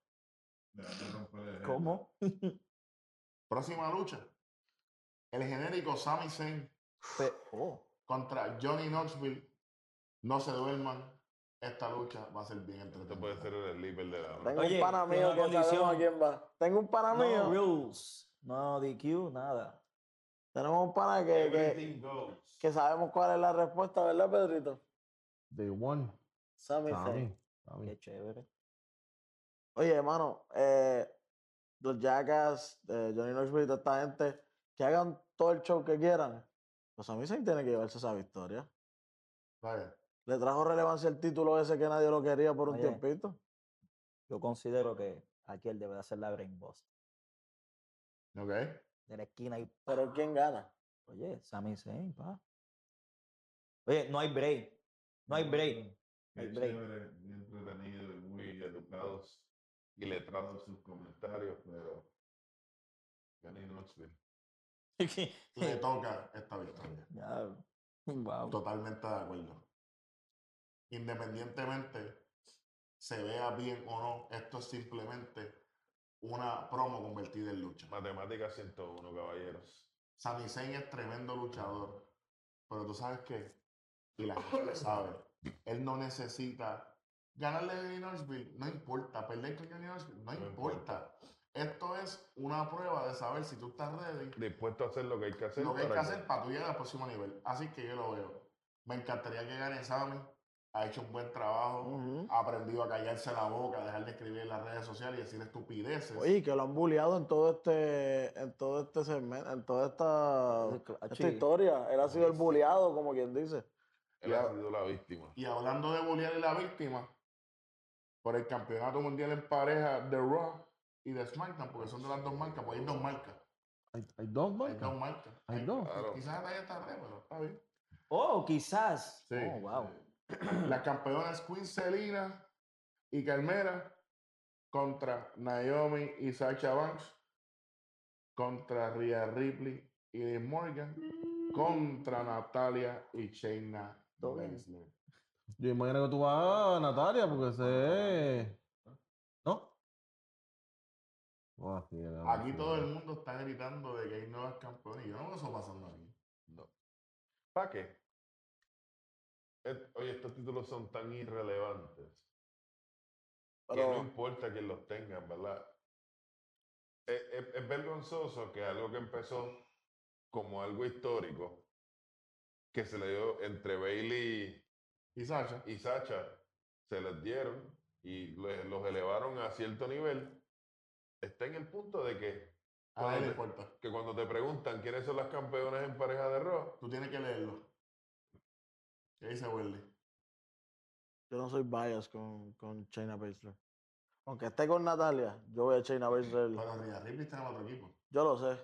No, o-
¿Cómo?
¿Cómo?
Próxima lucha. El genérico Sami Zayn
Pe- oh,
contra Johnny Knoxville. No se duerman. Esta lucha va a ser bien
Esto
entretenida.
puede ser el sleeper de la noche.
Tengo
Oye,
un pana
con
mío
una
que sabemos a
condición.
quién va. Tengo un pana
No
mío.
rules. No DQ, nada.
Tenemos un pana que, que,
Everything goes.
que sabemos cuál es la respuesta, ¿verdad, Pedrito?
They won.
Sami Zayn.
Sammy. Sammy.
qué chévere.
Oye, hermano, eh, los Jackass, eh, Johnny Knoxville y toda esta gente, que hagan todo el show que quieran. Pues a mí se tiene que llevarse esa victoria.
Está bien.
Le trajo relevancia el título ese que nadie lo quería por un
Oye.
tiempito.
Yo considero que aquí él debe de hacer la brain boss.
Ok.
De la esquina y
Pero ¿quién gana?
Oye, Sami Zayn, pa. Oye, no hay break. No hay break.
Qué
eh,
Hay break.
chévere, muy entretenido y muy educados y letrados en sus comentarios, pero Johnny Knoxville.
Le toca esta victoria.
Ya, wow.
Totalmente de acuerdo. Independientemente se vea bien o no, esto es simplemente una promo convertida en lucha.
Matemática 101, caballeros.
Sami Zayn es tremendo luchador, pero tú sabes que, y la gente lo sabe, él no necesita ganarle a Johnny Knoxville, no importa, perder con Johnny Knoxville, no,
No
importa. Esto es una prueba de saber si tú estás ready,
Dispuesto a hacer lo que hay que hacer.
lo que hay que
para
hacer para tú llegar al próximo nivel. Así que yo lo veo. Me encantaría que gane Sami, ha hecho un buen trabajo,
Ujú.
ha aprendido a callarse la boca, a dejar de escribir en las redes sociales y decir estupideces.
Oye, que lo han bulleado en todo este, en todo este segmento, en toda esta, esta historia. Él ha sido el bulleado, como quien dice.
Él ha sido la víctima.
Y hablando de bullear y la víctima, por el campeonato mundial en pareja de Raw y de SmackDown, porque son de las dos marcas, pues hay dos marcas.
Hay, hay dos
Hay dos
marcas.
marcas.
Hay dos.
Claro.
Quizás hasta ahí está tres, pero está bien.
Oh, quizás.
Sí.
Oh, wow.
Las campeonas Queen Selina y Carmela contra Naomi y Sasha Banks, contra Rhea Ripley y Liv Morgan, contra Natalia y Shayna
Todo bien.
Baszler.
Yo imagino que tú vas a Natalia porque se. ¿No? Ah, sí, era
Aquí
una
todo el
chula.
mundo está gritando de que hay nuevas campeonas y yo no veo eso pasando aquí.
¿Para qué? Et- Oye, estos títulos son tan irrelevantes que no
Pero
importa quién los tenga, ¿verdad? Es, es- es vergonzoso que algo que empezó como algo histórico, que se le dio entre Bailey
Y Sasha,
y Sacha, se les dieron y le- los elevaron a cierto nivel, está en el punto de que,
a nadie le
Cuando-
importa.
que cuando te preguntan quiénes son las campeonas en pareja de rock,
Tú tienes que leerlo. ¿Qué dice Welly?
yo no soy bias con, con Chaina Baszler. Aunque esté con Natalia, yo voy a Chaina Baszler.
Pero Rhea Ripley está en el otro equipo.
Yo lo sé.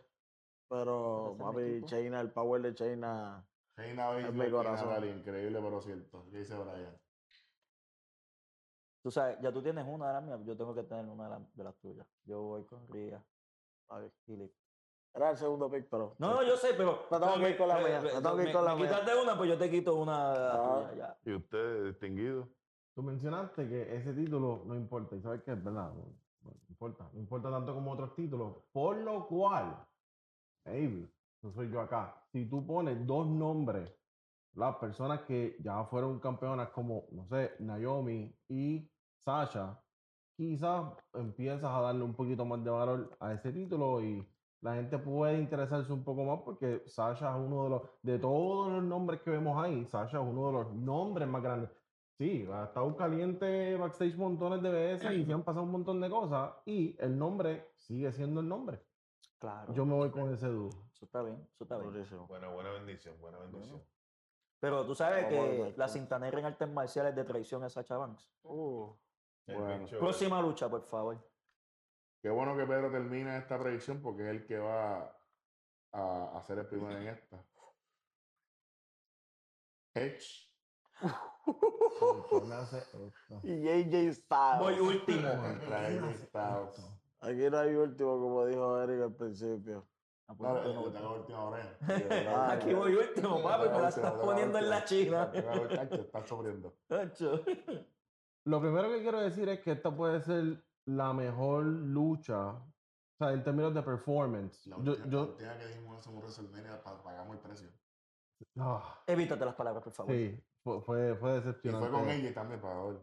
Pero,
Pero es mi
papi,
equipo.
Chaina, el power de Chaina.
Reina Baszler
mi
y
corazón.
Natalia, increíble pero cierto. ¿Qué dice Brian?
Tú sabes, ya tú tienes una de las mías, yo tengo que tener una de, las- de las tuyas. Yo voy con Ría.
Era el segundo pick, pero.
No, no, yo sé, pero.
Me tengo
pero
que ir con la mía, me tengo que ir
me-
con la
me
mía.
quitaste una, pues yo te quito una. de las
Ah.
tuyas, ya.
y ustedes distinguidos,
Tú mencionaste que ese título no importa, y sabes que es verdad, no, no importa, no importa tanto como otros títulos, por lo cual, baby, eso soy yo acá, si tú pones dos nombres, las personas que ya fueron campeonas como, no sé, Naomi y Sasha, quizás empiezas a darle un poquito más de valor a ese título y la gente puede interesarse un poco más porque Sasha es uno de los, de todos los nombres que vemos ahí, Sasha es uno de los nombres más grandes. Sí, ha estado caliente backstage montones de veces y se han pasado un montón de cosas y el nombre sigue siendo el nombre.
Claro.
Yo me voy con ese dúo.
Eso está bien, eso está bien.
Durísimo.
buena, buena bendición, buena bendición.
Pero tú sabes
Vamos a
que
ver, este.
la
tú.
cinta negra en artes marciales de traición es Sacha Banks.
Uh,
El
Bueno.
bicho-
Próxima lucha, por favor.
Qué bueno que Pedro termina esta predicción porque es el que va a, a ser el primero en esta. Edge
Póngase esto.
y JJ Styles.
Voy último.
contra AJ Styles.
Aquí no hay último, como dijo Eric al principio.
No, yo tengo la última oreja.
Ah,
Aquí voy último, papi, me la estás poniendo en la china.
Estás sufriendo.
Nacho.
Lo primero que quiero decir es que esta puede ser la mejor lucha, o sea, en términos de performance.
La
Yo,
última, la
yo,
última que dimos eso en un WrestleMania pa- pagamos el precio.
ah,
Evítate las palabras, por favor.
sí, fue, fue, fue
Y fue con
decepcionante.
ella también para hoy.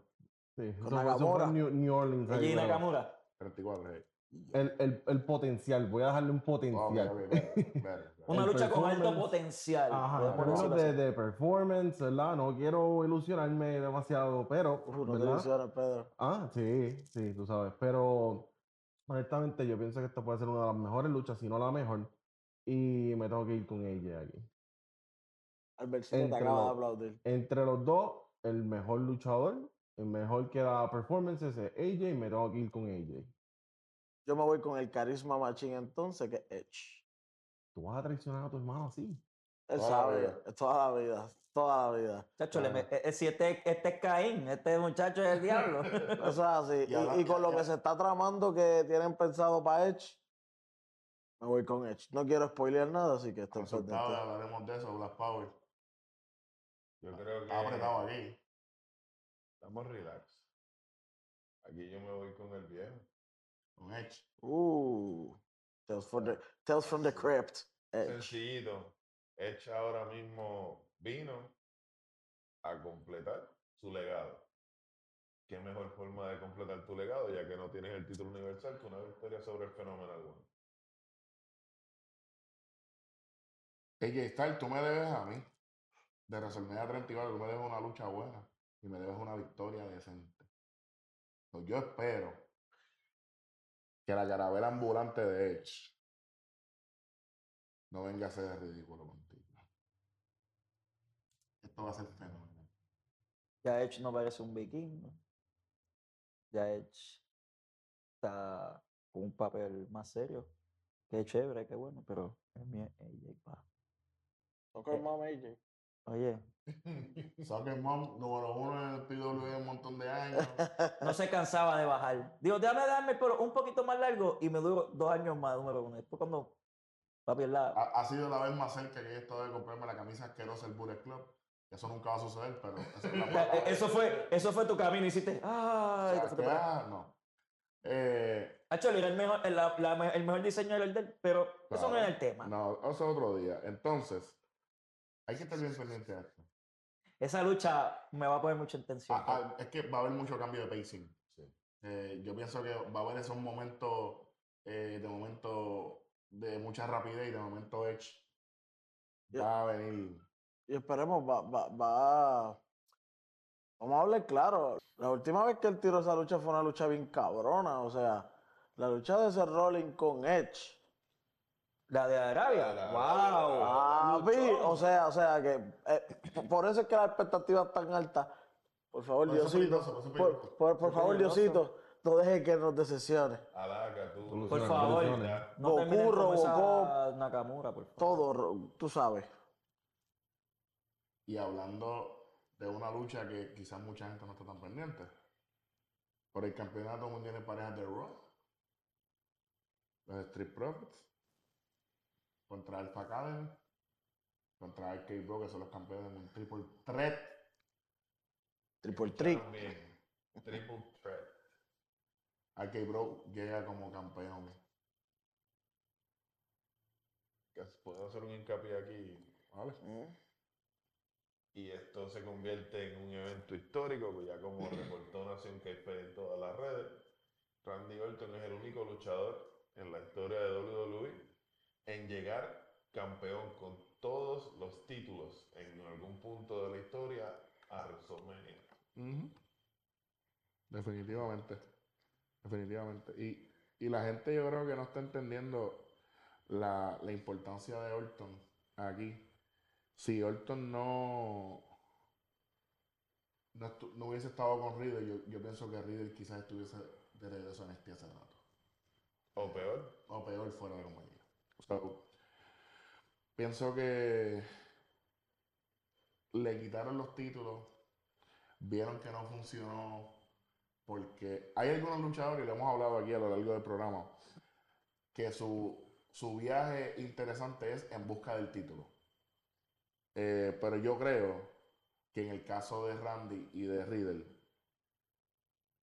Sí, eso
Con
fue- eso fue
Nagamura.
New, New Orleans. ahí,
Ella y
pero
Nakamura.
34 eh.
el, el, el potencial, voy a dejarle un
Vamos,
potencial.
vale, vale, vale, vale.
Una
El
lucha con alto
performance.
potencial.
Ajá, en
podemos
términos
decirlo
de,
así.
de performance, ¿verdad? No quiero ilusionarme demasiado, pero,
Uh, no te
¿verdad?
ilusiones, Pedro.
Ah, sí, sí, tú sabes. Pero, honestamente, yo pienso que esta puede ser una de las mejores luchas, si no la mejor. Y me tengo que ir con ella aquí.
Albertito te
Entre
acaba de
los-
aplaudir.
Entre los dos, el mejor luchador, el mejor que da performances es AJ y me tengo que ir con AJ.
Yo me voy con el carisma machín entonces, que es Edge.
Tú vas a traicionar a tu hermano así.
Él
Toda la
sabe,
vida.
toda la vida, toda la vida.
Chacho, le me- eh, eh, si este, este es Caín, este muchacho es el diablo.
Eso es así.
Y
Y,
ahora-
y con
ya-
lo
ya-
que se está tramando que tienen pensado para Edge, me voy con Edge. No quiero spoilear nada, así que estoy pendiente.
Resultado, hablaremos de eso, Black Power.
Yo creo que
Está apretado aquí.
estamos relax. Aquí yo me voy con el viejo.
Con Edge.
Uh, Tales from the, Tales from the Crypt. Edge.
Sencillito. Echa ahora mismo vino a completar su legado. ¿Qué mejor forma de completar tu legado ya que no tienes el título universal que una victoria sobre el fenómeno alguno?
AJ Styles, tú me debes a mí. De WrestleMania 34, tú me debes una lucha buena y me debes una victoria decente. Pues yo espero que la carabela ambulante de Edge no venga a ser ridículo contigo. Esto va a ser fenomenal.
Ya Edge no parece un vikingo. Ya Edge está con un papel más serio. Qué chévere, qué bueno, pero es mi AJ, pa.
Toca el mama, AJ.
Oye,
Soccer Mom, número uno en el PW un montón de años.
no se cansaba de bajar. Digo, déjame darme el pelo un poquito más largo y me duro dos años más, número uno. Después cuando papi es la...
Ha, ha sido la vez más cerca que yo he estado de comprarme la camisa asquerosa del Bullet Club. Eso nunca va a suceder, pero esa es la
Ah,
Ya, eh,
palabra.
Eso fue, eso fue tu camino, hiciste.
O
¡Ay! te
sea,
fuiste
que,
para acá.
ah, no. Eh,
Actually, era el mejor, el, la- la me- el mejor diseño era el del, pero eso no
Claro.
era el tema.
no, eso es otro día. Entonces, hay que estar bien pendiente de esto.
Esa lucha me va a poner mucha en tensión.
Ah, ah, es que va a haber mucho cambio de pacing. Eh, yo pienso que va a haber esos momentos eh, de momento de mucha rapidez y de momento Edge
Ya.
va a Ah, venir.
Y esperemos, va, va, va. Vamos a hablar claro. La última vez que él tiró esa lucha fue una lucha bien cabrona. O sea, la lucha de ese Rolling con Edge.
La de Arabia.
La de
¡Wow!
Ah, Papi, o sea, o sea que eh, p- por eso es que la expectativa es tan alta. Por favor,
Por eso es
Diosito.
peligroso, por eso es
Por,
peligroso.
por- por
Es
favor,
peligroso.
Diosito, no deje que nos decepcione.
Alaca, tú.
Por
Lucero,
favor.
Lucero.
No terminen
Goku,
como esa
Robocop.
Nakamura, por favor.
Todo, ro- tú sabes.
Y hablando de una lucha que quizás mucha gente no está tan pendiente. Por el campeonato mundial de parejas de Raw. Los Street Profits. Contra Alpha Academy. Contra RK Bro, que son los campeones en un triple threat.
Triple trick.
También. Triple threat.
RK Bro llega como campeón.
Que Puedo hacer un hincapié aquí.
¿Vale?
Mm.
Y esto se convierte en un evento histórico, que ya como reportó Nación Caipe en todas las redes, Randy Orton es el único luchador en la historia de WWE en llegar campeón con todos los títulos en algún punto de la historia a WrestleMania.
Ujú. Definitivamente. Definitivamente. Y, y la gente yo creo que no está entendiendo la, la importancia de Orton aquí. Si Orton no, no, estu- no hubiese estado con Riddle, yo, yo pienso que Riddle quizás estuviese de regreso en este hace rato.
O peor,
O peor fuera de la compañía. So, pienso que le quitaron los títulos, vieron que no funcionó, porque hay algunos luchadores, y lo hemos hablado aquí a lo largo del programa, que su, su viaje interesante es en busca del título. Eh, pero yo creo que en el caso de Randy y de Riddle,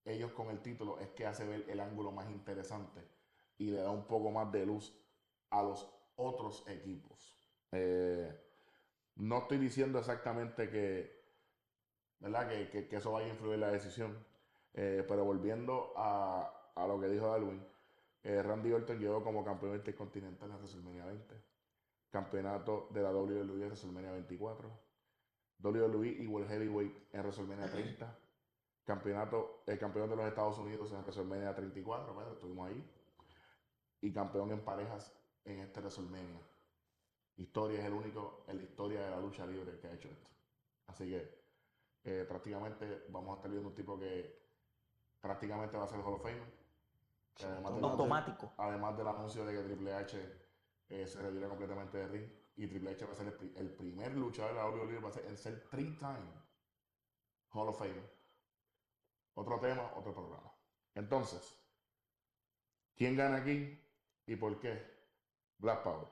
ellos con el título es que hace ver el ángulo más interesante y le da un poco más de luz a los otros equipos. Eh, no estoy diciendo exactamente que, ¿verdad? Que, que- que eso vaya a influir en la decisión, Eh, pero volviendo a, a lo que dijo Darwin, eh, Randy Orton llegó como campeón intercontinental en WrestleMania 20, campeonato de la WWE en WrestleMania 24, WWE y World E Heavyweight en WrestleMania 30, campeonato, el campeón de los Estados Unidos en WrestleMania 34, bueno, estuvimos ahí y campeón en parejas en este WrestleMania. Historia es el único en la historia de la lucha libre que ha hecho esto. Así que eh, prácticamente vamos a estar viendo un tipo que prácticamente va a ser Hall of Famer. Que Además, del-
Automático.
además del anuncio de que Triple H eh, se retira completamente de ring. y Triple H va a ser el, pri- el primer luchador de la WWE va a ser, en ser three-time Hall of Fame. Otro tema, otro programa. Entonces, ¿quién gana aquí y por qué? Black Power.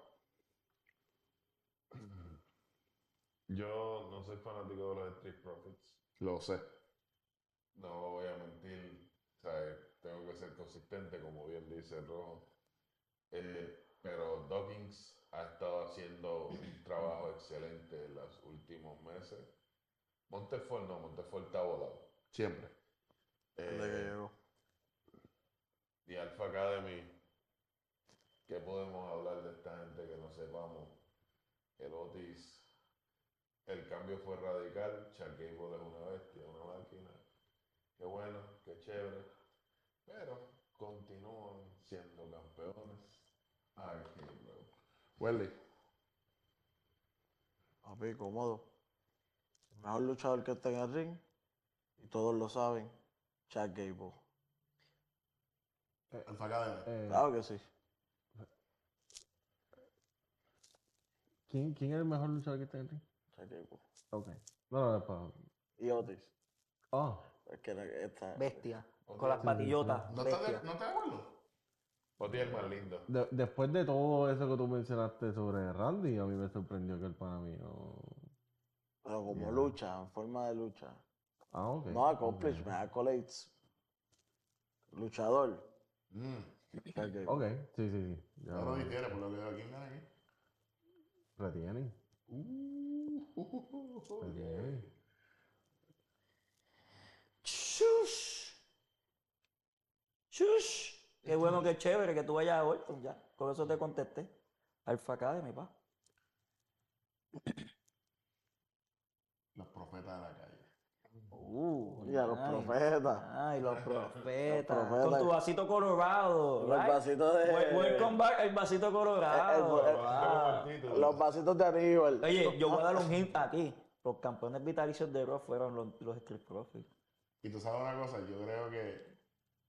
Yo no soy fanático de los Street Profits.
Lo sé.
No voy a mentir, ¿sabes? tengo que ser consistente, como bien dice Rojo. Eh, pero Dawkins ha estado haciendo un trabajo excelente en los últimos meses. Montefort no, Montefort está volado.
Siempre.
Desde que
Eh,
llegó.
y Alpha Academy, ¿qué podemos hablar de esta gente que no sepamos? El Otis, el cambio fue radical, Chuck Gable es una bestia, una máquina. Qué bueno, qué chévere. Pero continúan siendo campeones. Ay, qué bueno.
Welly.
Papi, cómodo. El mejor luchador que está en el ring, y todos lo saben, Chad Gable.
Alpha Academy.
Eh,
Claro que sí.
¿quién, ¿Quién es el mejor luchador que está en el ring?
Chad Gable.
Ok. No, no, no, pa-
Y Otis.
Ah,
Es que era- esta-
Bestia.
Otis-
Con las patillotas.
¿No estás
Bestia.
de, ¿No estás de acuerdo?
Otis es el más lindo.
de- después de todo eso que tú mencionaste sobre Randy, a mí me sorprendió que el pana mío.
Pero como
Ya.
lucha, en forma de lucha.
Ah, ok.
No accomplish,
ok.
me accolades. Luchador.
Mm.
Chad Gable.
Ok, sí, sí, sí. Ya
No lo difiere, por lo que veo. ¿Quién gana aquí?
retienen.
Uh,
Retienen.
Shush. Shush. Qué bueno, qué chévere que tú vayas a Orton ya. Con eso te contesté. Alfa Academy, pa.
Los profetas de pues la calle.
Uh,
Y a los
nice.
profetas.
Ay, los profetas.
Los profetas.
Con tu vasito colorado.
Los
right?
vasitos de.
Wel- Welcome back, el vasito colorado.
el- el-
Ah, Tito.
Los vasitos de Aníbal.
Oye, yo voy a dar un hint aquí. Los campeones vitalicios de Raw fueron los, los Street Profits.
Y tú sabes una cosa, yo creo que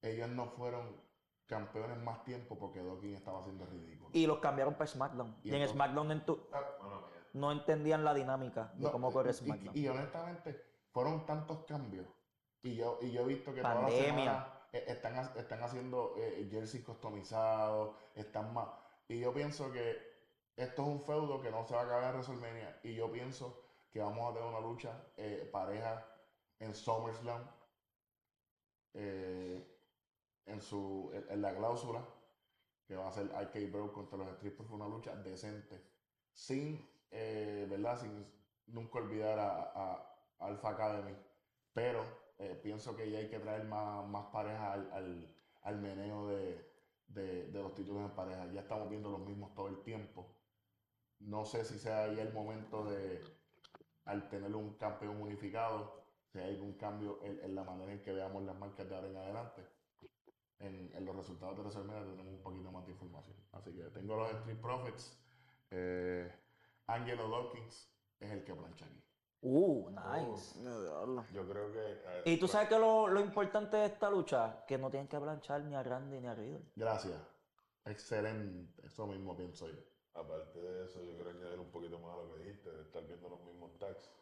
ellos no fueron campeones más tiempo porque Dokin estaba haciendo el ridículo.
Y los cambiaron para SmackDown.
¿Y
Y, en
entonces?
SmackDown en tu-
Ah, mano mía.
no entendían la dinámica de
No,
cómo corre
y-
SmackDown.
Y, y honestamente, fueron tantos cambios. Y yo, y yo he visto que todas las
Pandemia.
semanas, eh, están, ha- están haciendo eh, jerseys customizados, están más. Y yo pienso que esto es un feudo que no se va a acabar en WrestleMania. Y yo pienso que vamos a tener una lucha eh, pareja en SummerSlam. eh, en, su, en, en la cláusula que va a ser RK Bro contra los Strippers fue una lucha decente. Sin, eh, ¿verdad? Sin nunca olvidar a, a- a Alpha Academy. Pero eh, pienso que ya hay que traer más, más pareja al, al, al meneo de, de- de los títulos en pareja. Ya estamos viendo los mismos todo el tiempo. No sé si sea ya el momento de, al tener un campeón unificado, si hay algún cambio en, en la manera en que veamos las marcas de ahora en adelante. En, en los resultados de WrestleMania tenemos un poquito más de información. Así que tengo los Street Profits. Eh, Angelo Dawkins es el que plancha aquí.
Uh, nice.
No, diablo.
Yo creo que. ah,
Y tú sabes que lo, lo importante de esta lucha, que no tienen que planchar ni a Randy ni a Riddle.
Gracias. Excelente. Eso mismo pienso yo.
Aparte de eso, yo quiero añadir un poquito más a lo que dijiste, de estar viendo los mismos tags.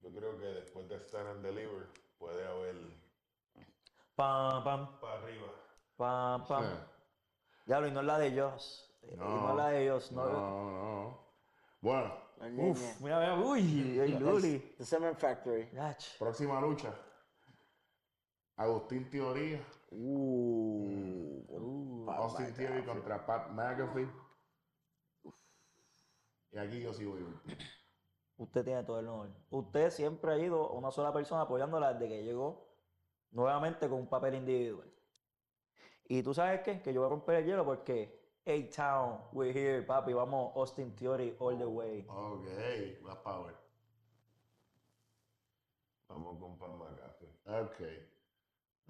Yo creo que después de Stand and Deliver puede haber
Pam, pam,
para arriba.
pam, pam.
Sí.
Diablo, y no es la de ellos. Eh, y no
No,
es la de ellos. No.
No, no. Bueno,
La ñeñe.
Uf, mira, mira, uy, ay, Luli.
The Cement Factory.
Yach.
próxima lucha. Agustín Teoría.
Uh, con Pat
Austin Theory
McAfee.
contra Pat McAfee. Y aquí yo sí voy último.
Usted tiene todo el honor. Usted siempre ha ido a una sola persona apoyándola desde que llegó nuevamente con un papel individual. Y tú sabes qué? Que yo voy a romper el hielo porque A-Town, we're here, papi. Vamos, Austin Theory, all the way.
Ok, Black Power.
Vamos con Pan McAfee.
Ok.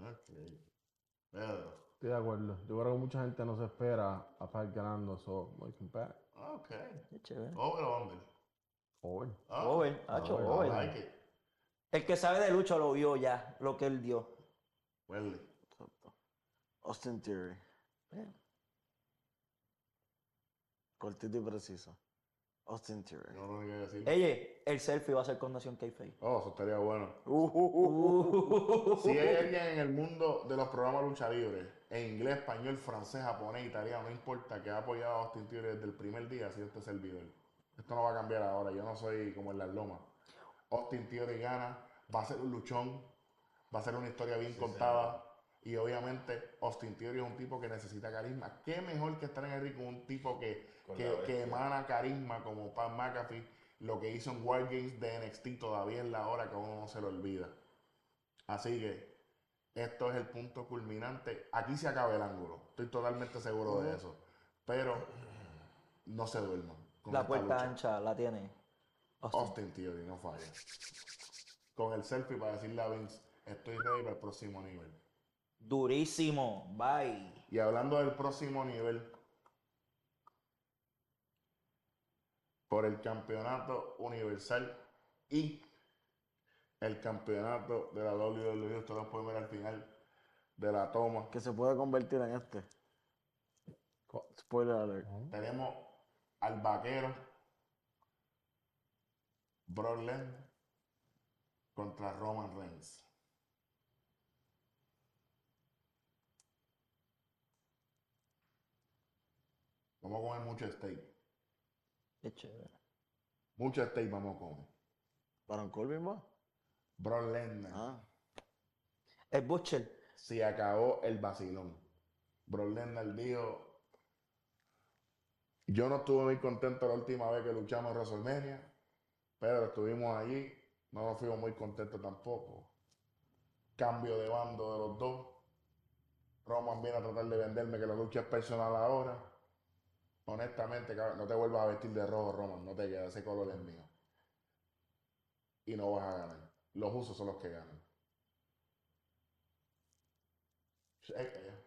Ok. Pedro.
Estoy de acuerdo. Yo creo que mucha gente no se espera a Pat ganando, so voy con Pat.
Ok.
Qué chévere.
Over or under.
Over.
Ah,
Over, hacho,
Over,
I
over.
like it.
El que sabe de lucha lo vio ya, lo que él dio.
Welly.
Exacto. Austin Theory.
Bueno.
Cortito y preciso. Austin Theory.
Yo no sé qué decir.
Ella, el selfie va a ser con Nación K-Face.
Oh, eso estaría bueno.
Uh.
Si hay alguien en el mundo de los programas lucha libre, en inglés, español, francés, japonés, italiano, no importa, que ha apoyado a Austin Theory desde el primer día, ha sido este servidor. Esto no va a cambiar ahora, yo no soy como en las lomas. Austin Theory gana, va a ser un luchón, va a ser una historia bien contada. Y obviamente, Austin Theory es un tipo que necesita carisma. Qué mejor que estar en el ring con un tipo que,
Con
que,
la
que
bestia.
emana carisma como Pat McAfee. Lo que hizo en War Games de NXT todavía es la hora que a uno no se lo olvida. Así que esto es el punto culminante. Aquí se acaba el ángulo. Estoy totalmente seguro de eso. Pero no se duerman. con
La
esta
puerta
lucha. Oh.
ancha la tiene. Austin.
Austin Theory, no falla. Con el selfie para decirle a Vince, estoy ready para el próximo nivel.
Durísimo. Bye.
Y hablando del próximo nivel, por el campeonato universal y el campeonato de la WWE, ustedes lo pueden ver al final de la toma.
Que se puede convertir en este.
Co-
Spoiler alert.
Tenemos al vaquero Brock Lesnar contra Roman Reigns. Vamos a comer mucho steak.
Qué chévere.
Mucho steak vamos a comer.
¿Baron Corbin va?
Brock Lesnar.
Ah.
El Butcher.
Se acabó el vacilón. Brock Lesnar dijo, yo no estuve muy contento la última vez que luchamos en WrestleMania, pero estuvimos allí, no nos fuimos muy contentos tampoco. Cambio de bando de los dos. Roman viene a tratar de venderme que la lucha es personal ahora. Honestamente, cabrón, no te vuelvas a vestir de rojo, Roman, no te queda, ese color es mío. Y no vas a ganar. Los usos son los que ganan. Se calla.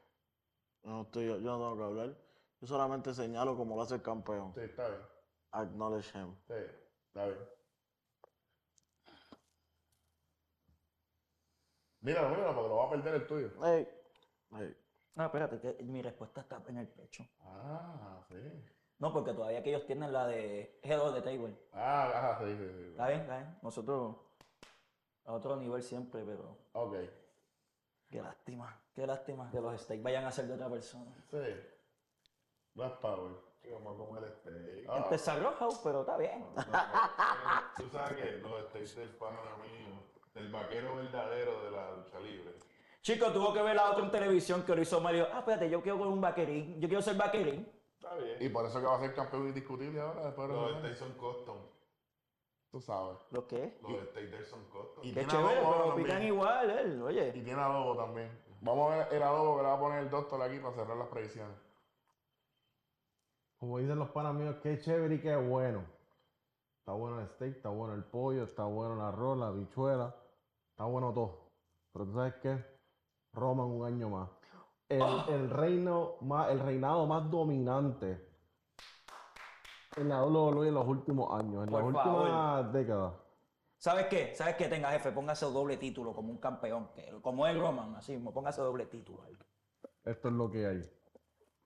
No estoy, yo no tengo que hablar. Yo solamente señalo como lo hace el campeón.
Sí, está bien.
Acknowledge him.
Sí, está bien. Míralo, míralo, porque lo va a perder el tuyo.
Ey, ey.
No, espérate, que mi respuesta está en el pecho.
Ah, sí.
No, porque todavía que ellos tienen la de Head of the Table.
Ah, ah, sí, sí, sí.
¿Está bien? ¿Está bien? Nosotros a otro nivel siempre, pero
Ok.
qué lástima. Qué lástima que los steaks vayan a ser de otra persona.
Sí. Más power.
Vamos a comer steak.
Ah,
Este es arrojado, pero está bien.
Tú sabes que los steaks del pana mío, del vaquero verdadero de la lucha libre.
Chico, tuvo que ver la otra en televisión que lo hizo Mario. Ah, espérate, yo quiero con un vaquerín. Yo quiero ser vaquerín.
Está bien.
y por eso que va a ser campeón indiscutible ahora, después de
Los
los
steaks son custom.
Tú sabes.
¿Lo qué?
Los steaks del son custom.
Y
Qué
tiene
chévere,
adobo
pero
ahora
pican
también.
igual, él,
Y
oye.
tiene adobo también. Vamos a ver el adobo que le va a poner el doctor aquí para cerrar las predicciones.
Como dicen los panas míos, qué chévere y qué bueno. Está bueno el steak, está bueno el pollo, está bueno la arroz, la bichuela, está bueno todo. Pero tú sabes qué? Roman un año más. El, el reino más, el reinado más dominante en la WWE en los últimos años, en
Por
las últimas décadas.
¿Sabes qué? ¿Sabes qué? Tenga jefe, póngase doble título como un campeón. que- como es Roman, así mismo, póngase doble título. ahí.
Esto es lo que hay.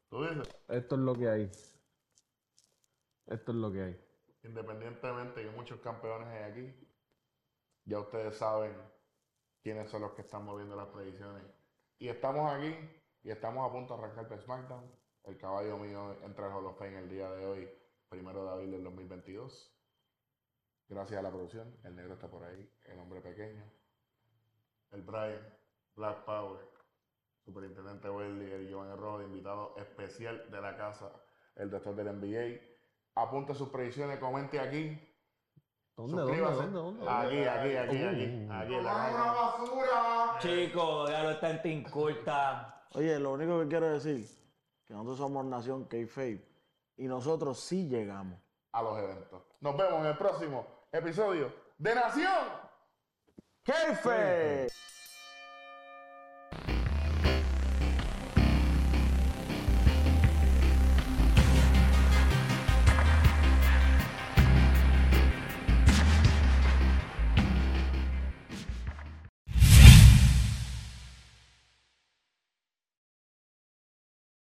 Tú dices,
Esto es lo que hay. Esto es lo que hay.
independientemente que muchos campeones hay aquí, ya ustedes saben quiénes son los que están moviendo las predicciones. Y estamos aquí y estamos a punto de arrancar para SmackDown. El caballo mío entra al Hall of Fame el día de hoy, primero de abril del 2022. Gracias a la producción, el negro está por ahí, el hombre pequeño, el Brian, Black Power, Superintendente Welly, el Giovanni Rojo, invitado especial de la casa, el doctor del NBA. Apunte sus predicciones, comente aquí.
¿Dónde, dónde,
Suscríbase.
dónde, dónde?
Aquí, aquí, aquí, aquí.
Uh.
aquí en la calle.
Chico, ya lo está en Tinculta.
Oye, lo único que quiero decir, que nosotros somos Nación K-Fape. Y nosotros sí llegamos.
a los eventos. Nos vemos en el próximo episodio de Nación.
¡K-Fape!